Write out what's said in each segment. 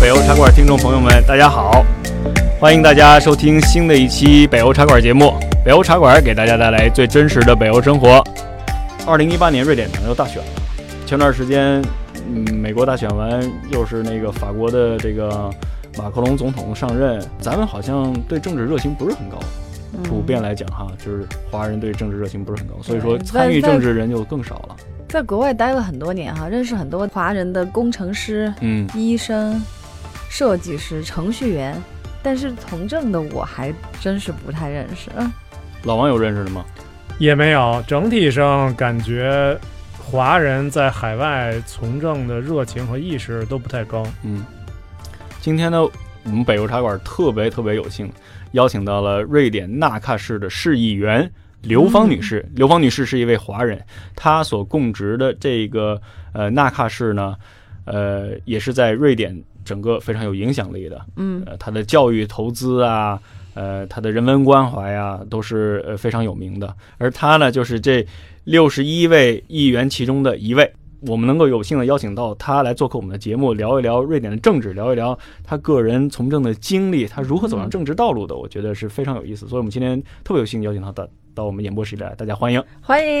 北欧茶馆听众朋友们，大家好！欢迎大家收听新的一期北欧茶馆节目。北欧茶馆给大家带来最真实的北欧生活。二零一八年瑞典呢又大选了，前段时间，嗯，美国大选完，又是那个法国的这个马克龙总统上任，咱们好像对政治热情不是很高。普遍来讲哈，就是华人对政治热情不是很高，所以说嗯对参与在政治人就更少了。在国外待了很多年哈，认识很多华人的工程师、嗯，医生、设计师、程序员，但是从政的我还真是不太认识。嗯老王有认识的吗？也没有，整体上感觉华人在海外从政的热情和意识都不太高。嗯，今天呢，我们北欧茶馆特别特别有幸邀请到了瑞典纳卡市的市议员刘芳女士。刘芳女士是一位华人，她所供职的这个呃纳卡市呢，呃，也是在瑞典整个非常有影响力的。嗯呃，他的教育投资啊，呃，他的人文关怀啊，都是呃非常有名的。而他呢，就是这六十一位议员其中的一位。我们能够有幸的邀请到他来做客我们的节目，聊一聊瑞典的政治，聊一聊他个人从政的经历，他如何走上政治道路的，我觉得是非常有意思。所以，我们今天特别有幸邀请他到到我们演播室来，大家欢迎。欢迎。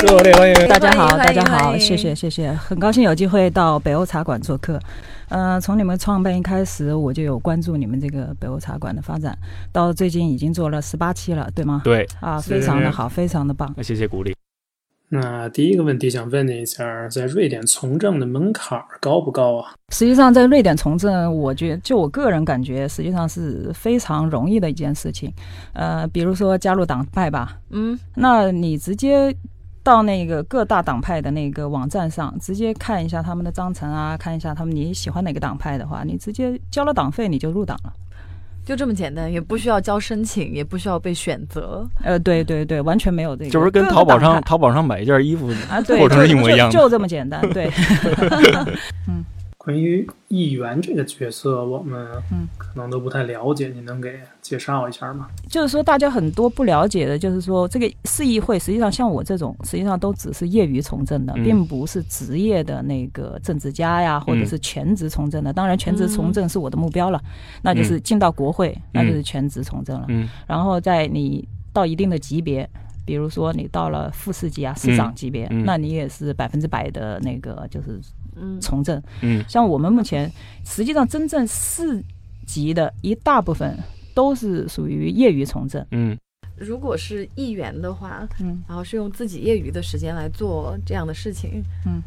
热烈欢迎！大家好，欢迎大家欢好，迎谢谢谢谢，很高兴有机会到北欧茶馆做客。呃，从你们创办一开始，我就有关注你们这个北欧茶馆的发展，到最近已经做了十八期了，对吗？对，啊，是非常的好，非常的棒。那谢谢鼓励。那第一个问题想问一下，在瑞典从政的门槛儿高不高啊？实际上，在瑞典从政，我觉就我个人感觉，实际上是非常容易的一件事情。呃，比如说加入党派吧，嗯，那你直接到那个各大党派的那个网站上，直接看一下他们的章程啊，看一下他们你喜欢哪个党派的话，你直接交了党费你就入党了。就这么简单，也不需要交申请，也不需要被选择。呃，对对对，完全没有这个，这不是跟各个淘宝党上派淘宝上买一件衣服，啊，对，过程就是一模一就样的就这么简单，对。 关于议员这个角色，我们嗯可能都不太了解，你能给介绍一下吗？就是说大家很多不了解的，就是说这个市议会，实际上像我这种，实际上都只是业余从政的，嗯并不是职业的那个政治家呀，或者是全职从政的。当然，全职从政是我的目标了，那就是进到国会，那就是全职从政了。嗯然后在你到一定的级别。比如说你到了副市级啊、市长级别，嗯那你也是百分之百的那个就是嗯从政。嗯像我们目前，实际上真正市级的一大部分都是属于业余从政。嗯如果是议员的话，嗯，然后是用自己业余的时间来做这样的事情，嗯，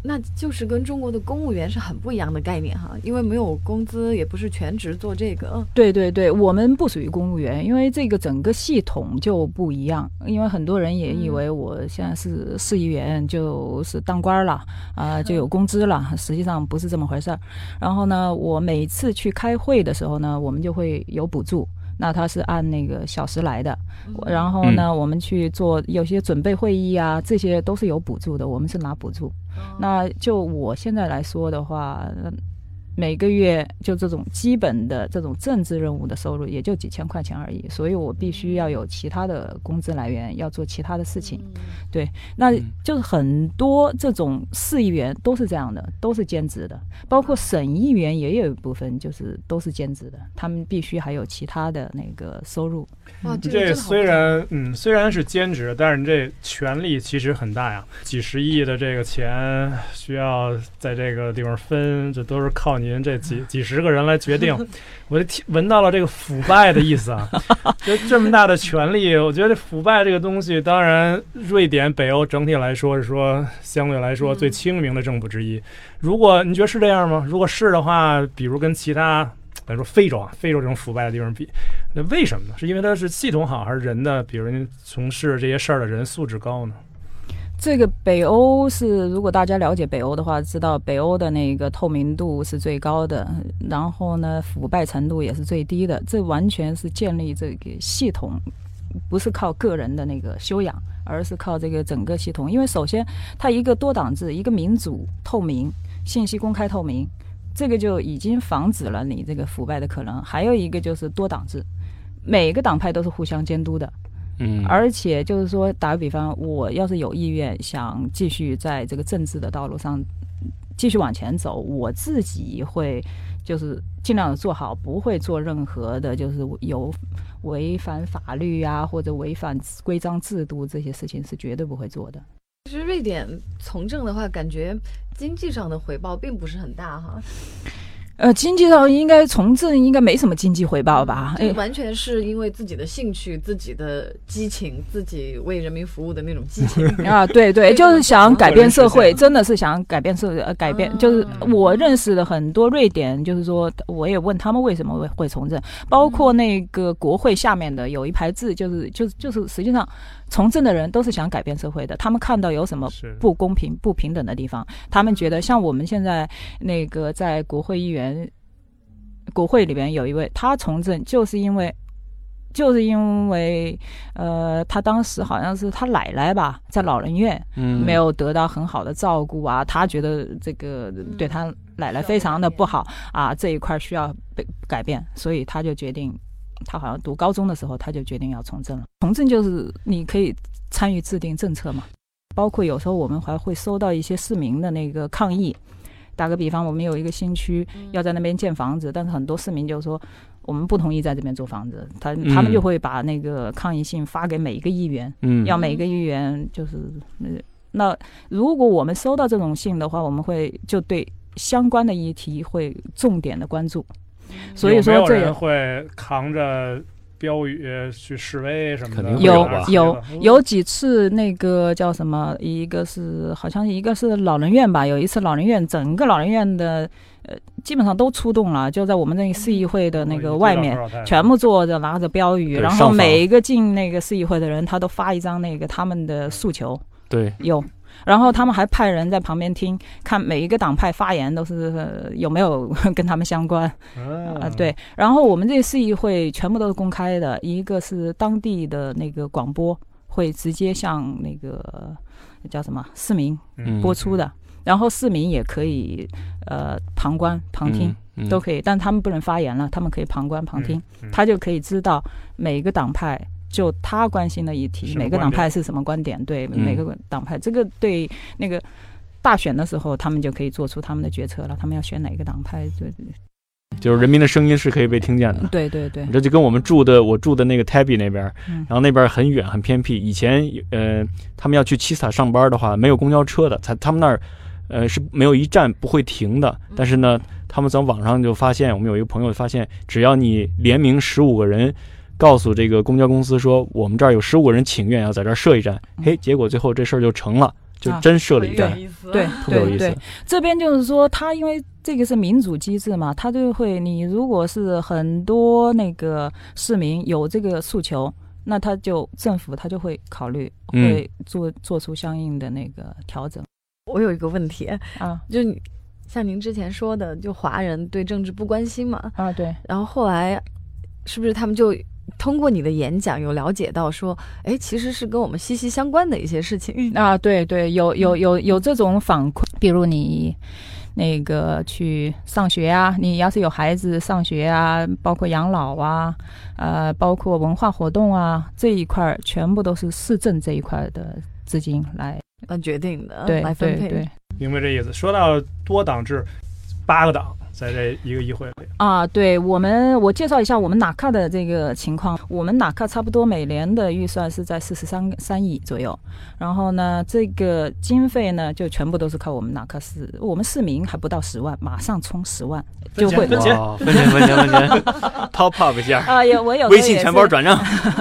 那就是跟中国的公务员是很不一样的概念哈，因为没有工资，也不是全职做这个，对对对，我们不属于公务员，因为这个整个系统就不一样。因为很多人也以为我现在是市议员，就是当官儿了啊、就有工资了，实际上不是这么回事儿。然后呢，我每次去开会的时候呢，我们就会有补助。那它是按那个小时来的，嗯然后呢，我们去做有些准备会议啊，这些都是有补助的，我们是拿补助。那就我现在来说的话，那每个月就这种基本的这种政治任务的收入也就几千块钱而已，所以我必须要有其他的工资来源，要做其他的事情。嗯对，那嗯就是很多这种市议员都是这样的，都是兼职的，包括省议员也有一部分就是都是兼职的，他们必须还有其他的那个收入。哇，啊这个真嗯这的好虽然嗯虽然是兼职，但是这权力其实很大呀，几十亿的这个钱需要在这个地方分，这都是靠您 这几几十个人来决定。我就听闻到了这个腐败的意思 啊，就这么大的权力，我觉得腐败这个东西，当然瑞典北欧整体来说是说相对来说嗯最清明的政府之一。如果你觉得是这样吗？如果是的话，比如跟其他。咱说非洲啊，非洲这种腐败的地方比，那为什么呢？是因为它是系统好，还是人的，比如人家从事这些事儿的人素质高呢？这个北欧是，如果大家了解北欧的话，知道北欧的那个透明度是最高的，然后呢，腐败程度也是最低的。这完全是建立这个系统，不是靠个人的那个修养，而是靠这个整个系统。因为首先，它一个多党制，一个民主、透明、信息公开透明，这个就已经防止了你这个腐败的可能。还有一个就是多党制，每个党派都是互相监督的。嗯，而且就是说，打个比方，我要是有意愿想继续在这个政治的道路上继续往前走，我自己会就是尽量的做好，不会做任何的，就是有违反法律啊或者违反规章制度这些事情是绝对不会做的。其实瑞典从政的话，感觉经济上的回报并不是很大哈，呃，经济上应该从政应该没什么经济回报吧？就哎，完全是因为自己的兴趣、自己的激情、自己为人民服务的那种激 情。啊，对这对，就个是想改个变人社实现会，真的是想改变社呃改变，就是嗯我认识的很多瑞典，就是说我也问他们为什么会会从政，包括那个国会下面的有一排字，就是就是就是实际上从政的人都是想改变社会的，他们看到有什么是哦不公平、不平等的地方，他们觉得像我们现在那个在国会议员。国会里边有一位，他从政就是因为，就是因为呃，他当时好像是他奶奶吧，在老人院嗯没有得到很好的照顾啊，他觉得这个对他奶奶非常的不好啊，这一块需要被改变，所以他就决定，他好像读高中的时候他就决定要从政了。从政就是你可以参与制定政策嘛，包括有时候我们还会收到一些市民的那个抗议。打个比方，我们有一个新区要在那边建房子，但是很多市民就说我们不同意在这边做房子，他他们嗯就会把那个抗议信发给每一个议员，嗯要每个议员就是呃，那如果我们收到这种信的话，我们会就对相关的议题会重点的关注。所以嗯有说没这有人也会扛着标语去示威什么的？肯定会有吧有是的有几次那个叫什么，一个是好像一个是老人院吧，有一次老人院整个老人院的呃基本上都出动了，就在我们那个市议会的哦那我已经知道个外面多。少台了全部坐着拿着标语，对然上后访每一个进那个市议会的人，他都发一张那个他们的诉求，对，有。然后他们还派人在旁边听，看每一个党派发言都是、呃有没有 跟他们相关啊、啊，对，然后我们这市议会全部都是公开的，一个是当地的那个广播会直接向那个叫什么市民嗯播出的，然后市民也可以呃旁观旁听、嗯，嗯都可以，但他们不能发言了，他们可以旁观旁听，嗯嗯他就可以知道每个党派就他关心的议题，什么每个观党点派是什么观点，对、嗯每个党派，这个对那个大选的时候，他们就可以做出他们的决策了，他们要选哪个党派，对就是人民的声音是可以被听见的。对对嗯对你，这就跟我们住的我住的那个 Tabby 那边儿，嗯然后那边儿很远很偏僻。以前呃，他们要去七萨上班的话，没有公交车的，他他们那儿呃是没有一站不会停的。嗯但是呢，他们从网上就发现，我们有一个朋友发现，只要你联名十五个人。告诉这个公交公司说，我们这儿有十五个人请愿要在这儿设一站，嗯嘿，结果最后这事儿就成了，就啊真设了很一站有，意思。啊 对特别有对意思对，。这边就是说，他因为这个是民主机制嘛，他就会，你如果是很多那个市民有这个诉求，那他就政府他就会考虑，嗯会做做出相应的那个调整我有一个问题，啊就你像您之前说的，就华人对政治不关心嘛，啊，对，然后后来是不是他们就通过你的演讲有了解到说，哎，其实是跟我们息息相关的一些事情。啊，对对，有有嗯有有这种反馈，比如你那个去上学啊，你要是有孩子上学啊，包括养老啊，呃，包括文化活动啊这一块儿，全部都是市政这一块儿的资金来来决定的，对哦来分对配。对明白这意思。说到多党制，八个党在这一个议会里，啊，对我们我介绍一下我们纳卡的这个情况，我们纳卡差不多每年的预算是在四十三三亿左右，然后呢，这个经费呢就全部都是靠我们纳卡市，我们市民还不到十万，马上冲十万就会分 钱哇分钱分钱分钱，top up 一下，啊，有我有时候微信也钱是包转账。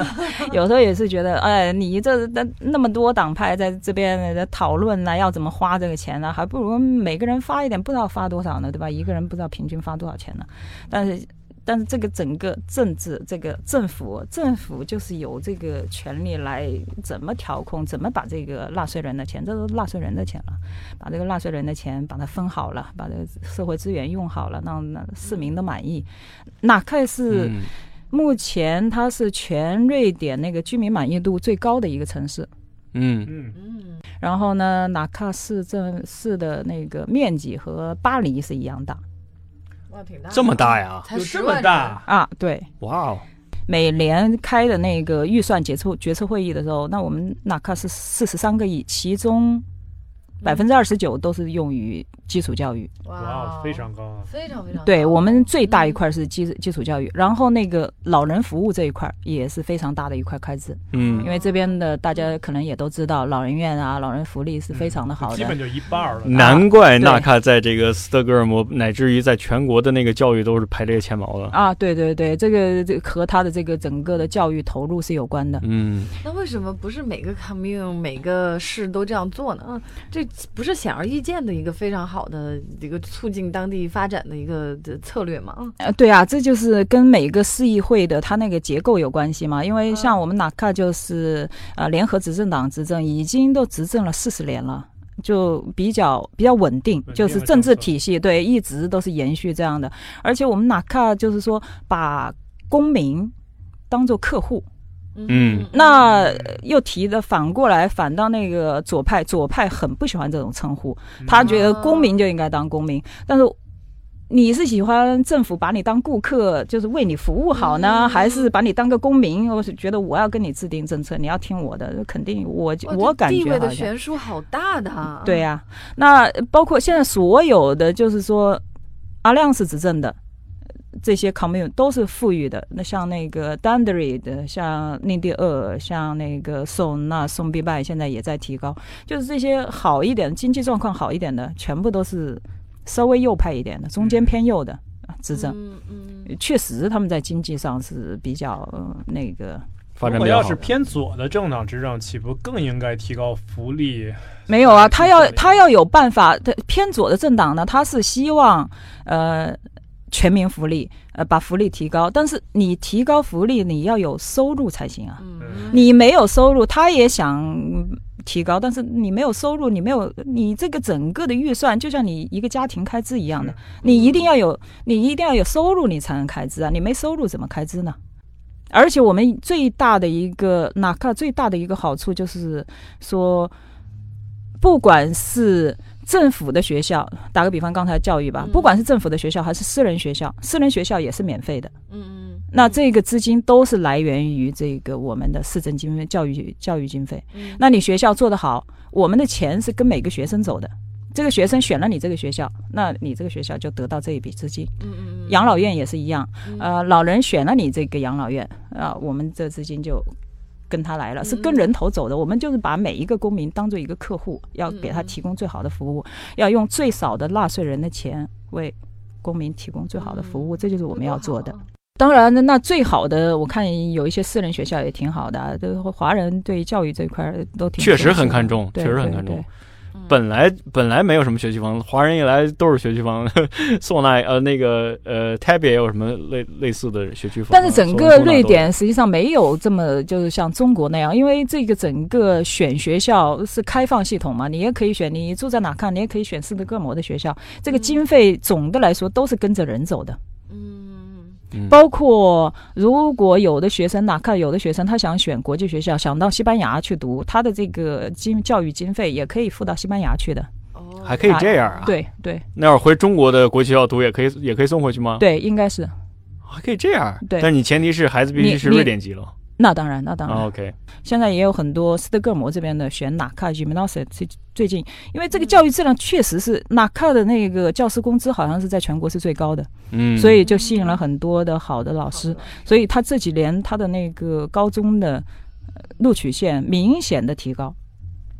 有时候也是觉得，哎，你这那那么多党派在这边在讨论呢、要怎么花这个钱呢、还不如每个人发一点，不知道发多少呢，对吧？一个人不知道平均发多少钱呢，但是。但是这个整个政治，这个政府，政府就是有这个权利来怎么调控，怎么把这个纳税人的钱，这都是纳税人的钱了，把这个纳税人的钱把它分好了，把这个社会资源用好了，让让市民都满意，哪怕是、嗯目前它是全瑞典那个居民满意度最高的一个城市。嗯嗯，嗯，然后呢，纳卡市政市的那个面积和巴黎是一样大哇，挺大，这么大呀？才有十这万么人大，啊。对，嗯哇哦，每年开的那个预算决策决策会议的时候，那我们纳卡是四十三个亿，其中百分之二十九都是用于基础教育。哦哇，非常高啊！非常非常对高我们最嗯大一块是基基础教育，然后那个老人服务这一块也是非常大的一块开支，嗯因为这边的大家可能也都知道，老人院啊、老人福利是非常的好嗯基的本。就一半儿了。难怪对纳卡在这个斯德哥尔摩乃至于在全国的那个教育都是排列前茅的。啊，对对对，这个这个和他的这个整个的教育投入是有关的。嗯，那为什么不是每个 commune 每个市都这样做呢？嗯，这不是显而易见的一个非常好的一个促进当地发展的一个的策略吗？嗯呃，对啊，这就是跟每个市议会的它那个结构有关系嘛。因为像我们纳卡就是呃联合执政党执政，已经都执政了四十年了。就比较比较稳定定，就的是政政治策体系对一直都是延续这样的，而且我们纳卡就是说把公民当做客户，嗯那呃又提的反过来反到那个左派，左派很不喜欢这种称呼，他觉哦得公民就应该当公民，但是你是喜欢政府把你当顾客，就是为你服务好呢，嗯还是把你当个公民？我是觉得我要跟你制定政策，你要听我的，肯定我哇我这感地位觉的好像。悬殊好大的啊，对呀、那包括现在所有的，就是说阿亮是执政的。这些 commune 都是富裕的，那像那个 Dandry 的，像内地二，像那个宋那宋必拜，现在也在提高，就是这些好一点、经济状况好一点的，全部都是稍微右派一点的，中间偏右的啊执政。嗯嗯，确实，他们在经济上是比较、呃那个发展如比果较要好是。偏左的政党执政，岂不更应该提高福利？没有啊，是他这要样他要有办法。他偏左的政党呢，他是希望呃全民福利，呃把福利提高。但是你提高福利，你要有收入才行啊。嗯你没有收入，他也想嗯提高，但是你没有收入，你没有你这个整个的预算，就像你一个家庭开支一样的嗯是，你一定要有你一定要有收入，你才能开支啊。你没收入怎么开支呢？而且我们最大的一个纳卡最大的一个好处就是说，不管是政府的学校，打个比方，刚才教育吧，嗯不管是政府的学校还是私人学校，私人学校也是免费的。嗯嗯，那这个资金都是来源于这个我们的市政经费、教育教育经费。嗯那你学校做得好，我们的钱是跟每个学生走的。这个学生选了你这个学校，那你这个学校就得到这一笔资金。嗯嗯嗯养老院也是一样，嗯呃，老人选了你这个养老院，啊、我们这资金就跟他来了，是跟嗯人头走的。我们就是把每一个公民当做一个客户，要给嗯他嗯嗯提供最好的服务，要用最少的纳税人的钱为公民提供最好的服务，嗯这就是我们要做的。多好啊当然，那那最好的，我看有一些私人学校也挺好的啊，都华人对教育这块儿都挺确实重视很的看重，对确实很对看重对。嗯本来本来没有什么学区房，华人一来都是学区房。宋奈呃那个呃 t a b 也有什么类类似的学区房啊，但是整宋个宋奈瑞都有典实际上没有这么就是像中国那样，因为这个整个选学校是开放系统嘛，你也可以选你住在哪看，你也可以选斯德哥尔摩的学校。这个嗯经费总的来说都是跟着人走的，嗯嗯包括如果有的学生哪看，有的学生他想选国际学校，想到西班牙去读，他的这个经教育经费也可以付到西班牙去的。哦，还可以这样啊？，对对那会儿回中国的国际学校读也可以，也可以送回去吗？，对，应该是还可以这样。对但是你前提是孩子必须你是你嗯瑞典籍了。那当然，那当然。啊 OK，现在也有很多斯德哥尔摩这边的选纳卡 gymnasium，最最近，因为这个教育质量确实是纳卡的那个教师工资好像是在全国是最高的，嗯，所以就吸引了很多的好的老师好的。所以他这几年他的那个高中的呃录取线明显的提高，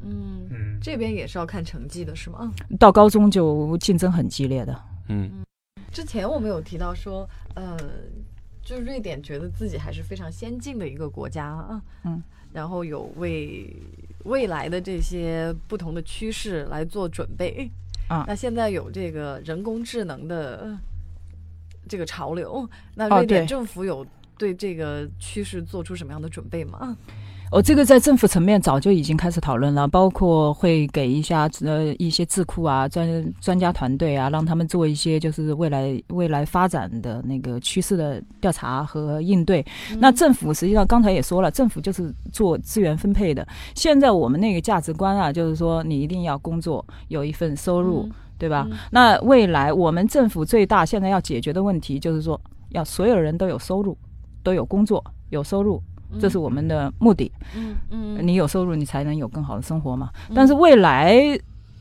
嗯，嗯，这边也是要看成绩的是吗？嗯到高中就竞争很激烈的。嗯之前我们有提到说，呃，就瑞典觉得自己还是非常先进的一个国家啊，嗯，然后有为未来的这些不同的趋势来做准备啊那现在有这个人工智能的这个潮流，那哦瑞典对政府有对这个趋势做出什么样的准备吗？啊哦，这个在政府层面早就已经开始讨论了，包括会给一下呃一些智库啊、专专家团队啊，让他们做一些就是未来未来发展的那个趋势的调查和应对。那嗯政府实际上刚才也说了，政府就是做资源分配的。现在我们那个价值观啊，就是说你一定要工作，有一份收入，对吧？嗯那未来我们政府最大现在要解决的问题就是说，要所有人都有收入，都有工作，有收入，嗯，这是我们的目的。嗯嗯，嗯你有收入，你才能有更好的生活嘛。嗯但是未来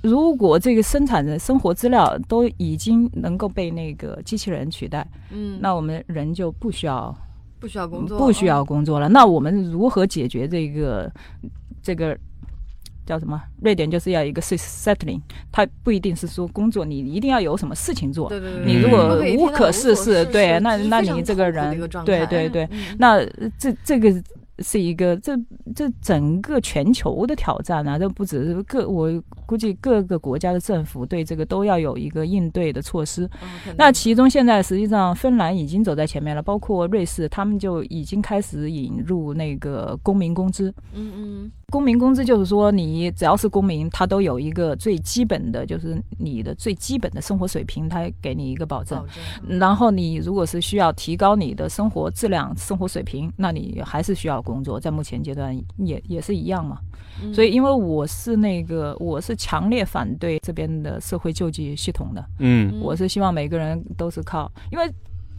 如果这个生产的生活资料都已经能够被那个机器人取代，嗯，啊那我们人就不需要不需要工作，不需要工作了。那我们如何解决这个这个叫什么？瑞典就是要一个 set- settling，它不一定是说工作，你一定要有什么事情做。对。对对对，你如嗯果可以无听到可无事所事，对，那这是那非常你这个痛苦的人一个，状对态对对，嗯那这这个是一个这这整个全球的挑战啊，这不只是各我估计各个国家的政府对这个都要有一个应对的措施。嗯可那能其中现在实际上芬兰已经走在前面了，包括瑞士，他们就已经开始引入那个公民工资。嗯嗯公民工资就是说，你只要是公民，他都有一个最基本的，就是你的最基本的生活水平，他给你一个保证保。证，然后你如果是需要提高你的生活质量、生活水平，那你还是需要工作，在目前阶段也也是一样嘛。嗯所以，因为我是那个，我是强烈反对这边的社会救济系统的，嗯，我是希望每个人都是靠，因为。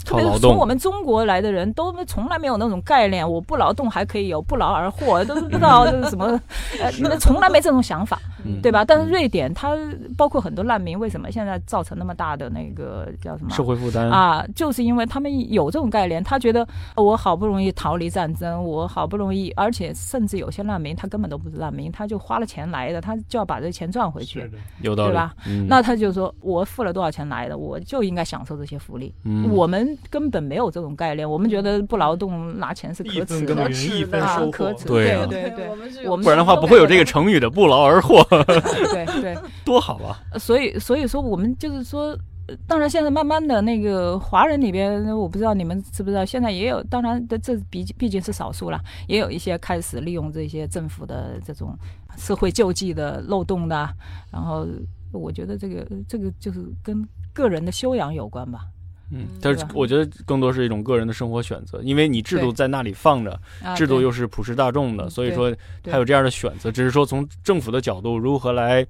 特靠别劳是从我动，们中国来的人都从来没有那种概念，我不劳动还可以有不劳而获，都不知道这是什么，呃，你们从来没这种想法。嗯对吧？但是瑞典它包括很多难民，为什么现在造成那么大的那个叫什么社会负担，啊？就是因为他们有这种概念，他觉得呃我好不容易逃离战争，我好不容易，而且甚至有些难民他根本都不是难民，他就花了钱来的，他就要把这钱赚回是去。的，有道理对吧？嗯那他就说，我付了多少钱来的，我就应该享受这些福利。嗯我们根本没有这种概念，我们觉得不劳动拿钱是一可分耻耕 的耘，一分啊收可获。耻对啊对对我们是我有们不然的话不会有这个成语的不劳而获， 对对。多好啊！所以所以说我们就是说，呃当然现在慢慢的那个华人里边，我不知道你们知不知道，现在也有，当然这这毕毕竟是少数啦，也有一些开始利用这些政府的这种社会救济的漏洞的啊，然后我觉得这个这个就是跟个人的修养有关吧。嗯嗯，但对是吧我觉得更多是一种个人的生活选择，因为你制度对在那里放着，啊制度对又是普世大众的，嗯所以对说对他有这样的选择，只是说从政府的角度如何来，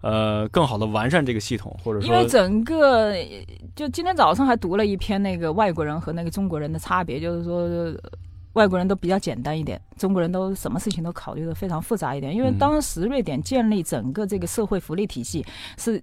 呃，更好的完善这个系统，或者因为说，整个就今天早上还读了一篇那个外国人和那个中国人的差别，就是说呃外国人都比较简单一点，中国人都什么事情都考虑的非常复杂一点。因为嗯当时瑞典建立整个这个社会福利体系是。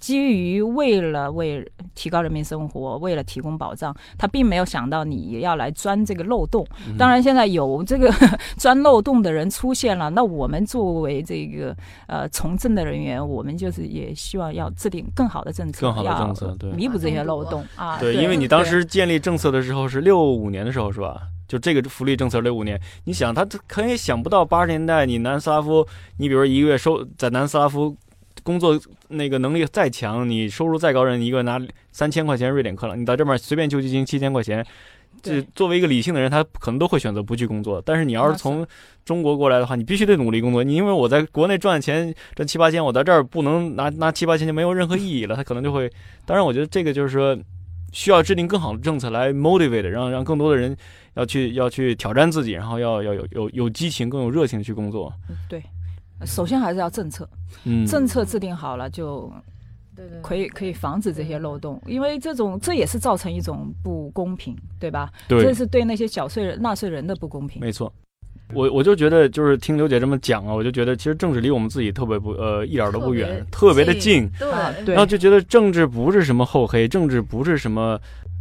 基于为了为提高人民生活，为了提供保障，他并没有想到你也要来钻这个漏洞。嗯当然，现在有这个 钻漏洞的人出现了，那我们作为这个呃从政的人员，我们就是也希望要制定更好的政策，更好的政策对要弥补这些漏洞啊。对，因为你当时建立政策的时候是六五年的时候是吧？就这个福利政策六五年，你想他可以想不到八十年代你南斯拉夫，你比如一个月收在南斯拉夫工作那个能力再强，你收入再高人，你一个月拿三千块钱瑞典克朗，你到这边随便救济金七千块钱。这对作为一个理性的人，他可能都会选择不去工作。但是你要那是是从中国过来的话，你必须得努力工作。你因为我在国内赚钱赚七八千，我在这儿不能拿拿七八千就没有任何意义了。他可能就会，当然我觉得这个就是说需要制定更好的政策来 motivate，让让更多的人要去要去挑战自己，然后要要有有有激情，更有热情去工作。对，首先还是要政策，嗯，政策制定好了就对对可以可以防止这些漏洞，因为这种这也是造成一种不公平，对吧？这对，是对那些缴税人纳税人的不公平。没错。我我就觉得，就是听刘姐这么讲啊，我就觉得其实政治离我们自己特别不呃一点儿都不远，特别的近。，对啊对然后就觉得政治不是什么厚黑，政治不是什么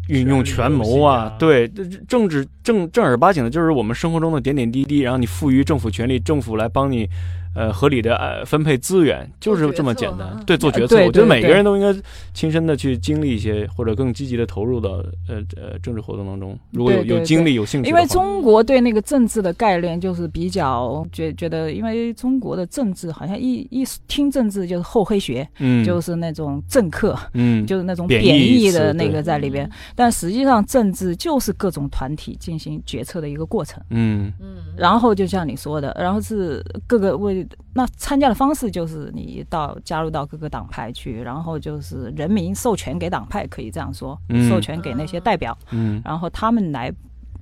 运用权谋啊，权对，这政治正正儿八经的就是我们生活中的点点滴滴，然后你赋予政府权利，政府来帮你。呃，合理的呃分配资源就是这么简单做决策，对，做决策。我对觉得对每个对人都应该亲身的去经历一些，或者更积极的投入到呃呃政治活动当中。如果有对对有精力、有 兴趣因的话，为中国对那个政治的概念就是比较觉觉得，因为中国的政治好像一一听政治就是厚黑学，嗯就是那种政客，嗯就是那种贬贬义义词的那对嗯个在里边。但实际上，政治就是各种团体进行决策的一个过程。嗯嗯，然后就像你说的，然后是各个为那参加的方式就是你到加入到各个党派去，然后就是人民授权给党派，可以这样说，嗯授权给那些代表。嗯然后他们来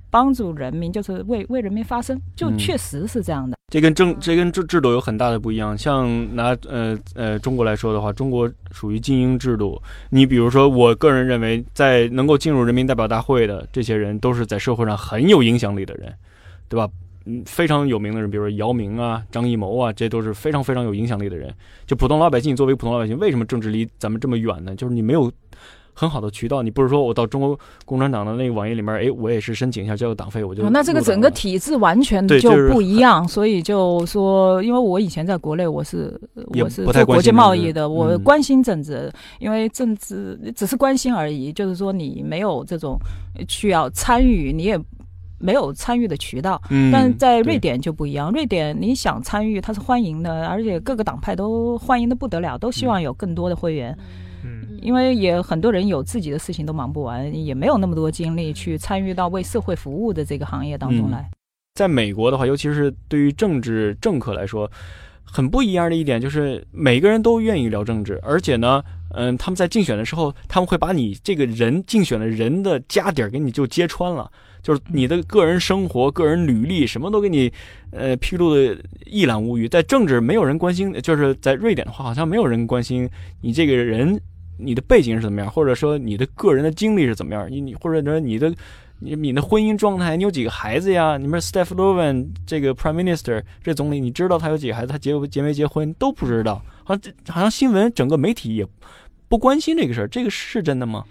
帮助人民，就是为为人民发声，就嗯确实是这样的。这跟政这跟制制度有很大的不一样。像拿呃呃中国来说的话，中国属于精英制度。你比如说，我个人认为，在能够进入人民代表大会的这些人，都是在社会上很有影响力的人，对吧？嗯非常有名的人，比如说姚明啊、张艺谋啊，这都是非常非常有影响力的人。就普通老百姓，作为普通老百姓，为什么政治离咱们这么远呢？就是你没有很好的渠道，你不是说我到中国共产党的那个网页里面，哎，我也是申请一下交个党费，我就、哦那这个整个。体制完全对就就是不一样，所以就说，因为我以前在国内，我是也我是不太做关国心际政贸治易的，我嗯关心政治，因为政治只是关心而已，就是说你没有这种呃需要参与，你也没有参与的渠道。嗯，但是在瑞对典就不一样，瑞典你想参与，它是欢迎的，而且各个党派都欢迎的不得了，都嗯希望有更多的会员。嗯，因为也很多人有自己的事情都忙不完，也没有那么多精力去参与到为社会服务的这个行业当嗯中来。在美国的话，尤其是对于政治政客来说，很不一样的一点就是每个人都愿意聊政治，而且呢，嗯，他们在竞选的时候，他们会把你这个人竞选的人的家底儿给你就揭穿了，就是你的个人生活、个人履历什么都给你，呃，披露的一览无余。在政治没有人关心，就是在瑞典的话，好像没有人关心你这个人。你的背景是怎么样，或者说你的个人的经历是怎么样，你你或者说你的你你的婚姻状态，你有几个孩子呀？你们 Steph Levin 这个 Prime Minister 这总理，你知道他有几个孩子？他结不结没结婚都不知道，好像这好像新闻整个媒体也不关心这个事儿，这个是真的吗？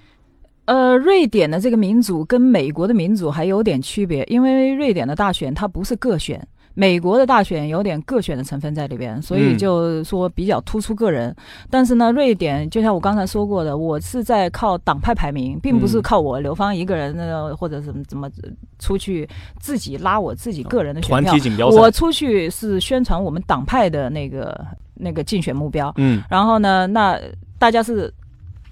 呃，瑞典的这个民主跟美国的民主还有点区别，因为瑞典的大选它不是个选。美国的大选有点个选的成分在里边，所以嗯就说比较突出个人。但是呢，瑞典就像我刚才说过的，我是在靠党派排名，并不是嗯靠我刘芳一个人的或者怎么怎么出去自己拉我自己个人的选团票体。锦标我赛，出去是宣传我们党派的那个那个竞选目标，嗯然后呢，那大家是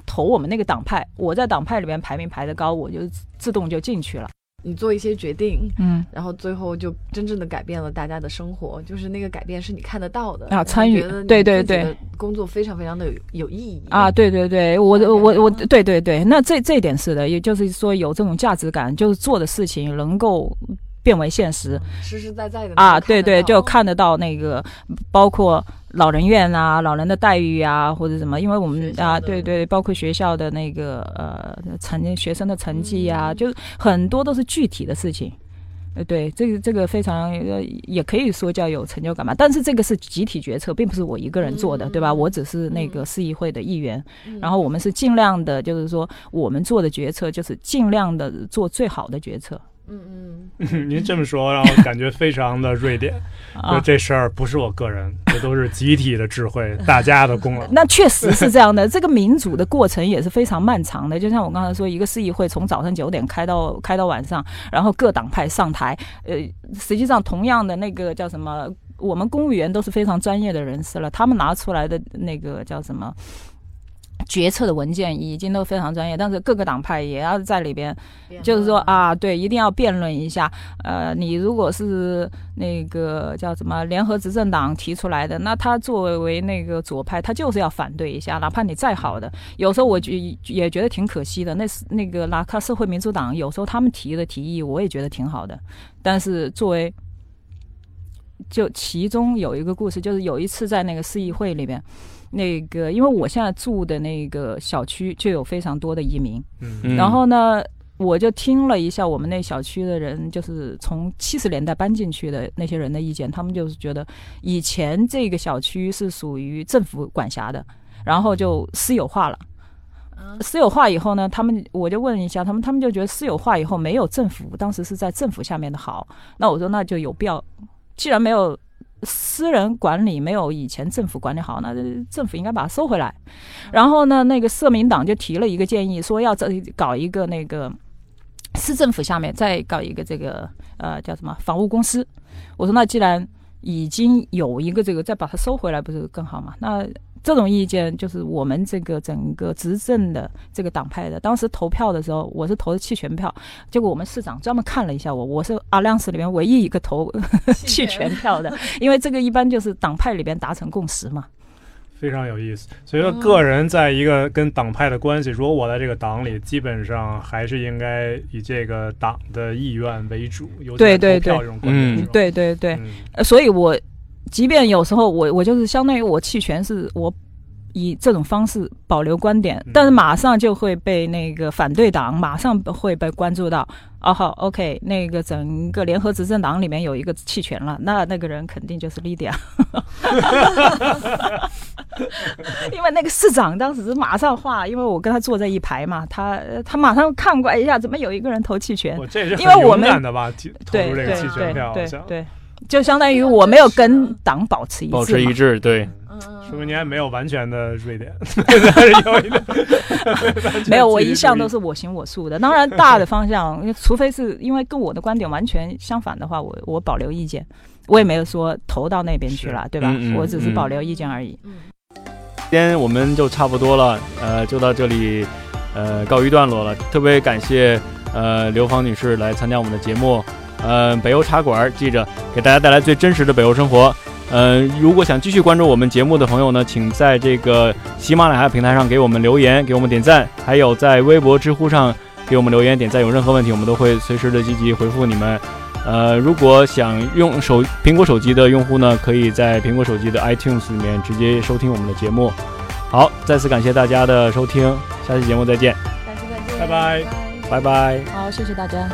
投我们那个党派，我在党派里面排名排得高，我就自动就进去了。你做一些决定，嗯，然后最后就真正的改变了大家的生活，就是那个改变是你看得到的啊参与对对对，工作非常非常的有有意义啊，，对对对，我感觉我我，到对对对，那这这一点是的，也就是说有这种价值感，就是做的事情能够变为现实。实实在在的啊，对对，就看看得到那个，包括老人院啊、老人的待遇啊，或者什么，因为我们学校啊，的对对，包括学校的那个呃成学生的成绩嗯呀、就是很多都是具体的事情。呃，对，这个这个非常呃，也可以说叫有成就感吧。但是这个是集体决策，并不是我一个人做的，对吧？嗯我只是那嗯个市议会的议员，得到，然后我们是尽量的，就是说我们做的决策就是尽量的做最好的决策嗯嗯，您这么说让我感觉非常的瑞典。啊。这事儿不是我个人，这都是集体的智慧，大家的 功劳。那确实是这样的，这 个民主的过程也是非常漫长的。就像我刚才说，一个市议会从早上九点开到开到晚上，然后各党派上台，呃，实际上同样的那个叫什么，我们公务员都是非常专业的人士了，他们拿出来的那个叫什么？决策的文件已经都非常专业，但是各个党派也要在里边就是说啊，对，一定要辩论一下。呃，你如果是那个叫什么联合执政党提出来的，那他作为那个左派，他就是要反对一下，哪怕你再好的。有时候我觉也觉得挺可惜的，那是那个哪怕社会民主党，有时候他们提的提议，我也觉得挺好的，但是作为。就其中有一个故事，就是有一次在那个市议会里面，那个因为我现在住的那个小区就有非常多的移民，嗯嗯然后呢，我就听了一下我们那小区的人，就是从七十年代搬进去的那些人的意见，他们就是觉得以前这个小区是属于政府管辖的，然后就私有化了。私有化以后呢，他们我就问一下他们，他们就觉得私有化以后没有政府，当时是在政府下面的好。那我说那就有必要，既然没有私人管理，没有以前政府管理好，那政府应该把它收回来。然后呢，那个社民党就提了一个建议，说要这搞一个那个市政府下面再搞一个这个呃叫什么房屋公司。我说那既然已经有一个这个，再把它收回来不是更好吗？那这种意见就是我们这个整个执政的这个党派的，当时投票的时候我是投的弃权票，结果我们市长专门看了一下我，我是阿亮市里面唯一一个投弃权票的，因为这个一般就是党派里边达成共识嘛。非常有意思。所以说，嗯个人在一个跟党派的关系，如果我在这个党里，基本上还是应该以这个党的意愿为主，尤其对是对投票对这种观嗯点是吧，对对对，嗯呃所以我即便有时候我我就是相当于我弃权是我以这种方式保留观点，但是马上就会被那个反对党马上会被关注到。哦好，OK，那个整个联合执政党里面有一个弃权了，那那个人肯定就是 Lydia，因为那个市长当时马上画，因为我跟他坐在一排嘛，他呃他马上看过来一下，怎么有一个人投弃权？我这是很因为我勇们敢的吧？提投对入这对个对弃权票，好对像对，就相当于我没有跟党保持一保致持嘛一。致，对，说明你还没有完全的瑞典， 还是有一 点 没有，我一向都是我行我素的。当然，大的方向，除非是因为跟我的观点完全相反的话，我我保留意见，我也没有说投到那边去了，对吧？嗯嗯我只是嗯保留意见而已。今天我们就差不多了，呃，就到这里，呃，告一段落了。特别感谢呃刘芳女士来参加我们的节目，呃，北欧茶馆记着给大家带来最真实的北欧生活。呃，如果想继续关注我们节目的朋友呢，请在这个喜马拉雅平台上给我们留言，给我们点赞，还有在微博、知乎上给我们留言点赞。有任何问题，我们都会随时的积极回复你们。呃，如果想用手苹果手机的用户呢，可以在苹果手机的 iTunes 里面直接收听我们的节目。好，再次感谢大家的收听，下期节目再见，下期再见，拜拜拜拜。好，谢谢大家。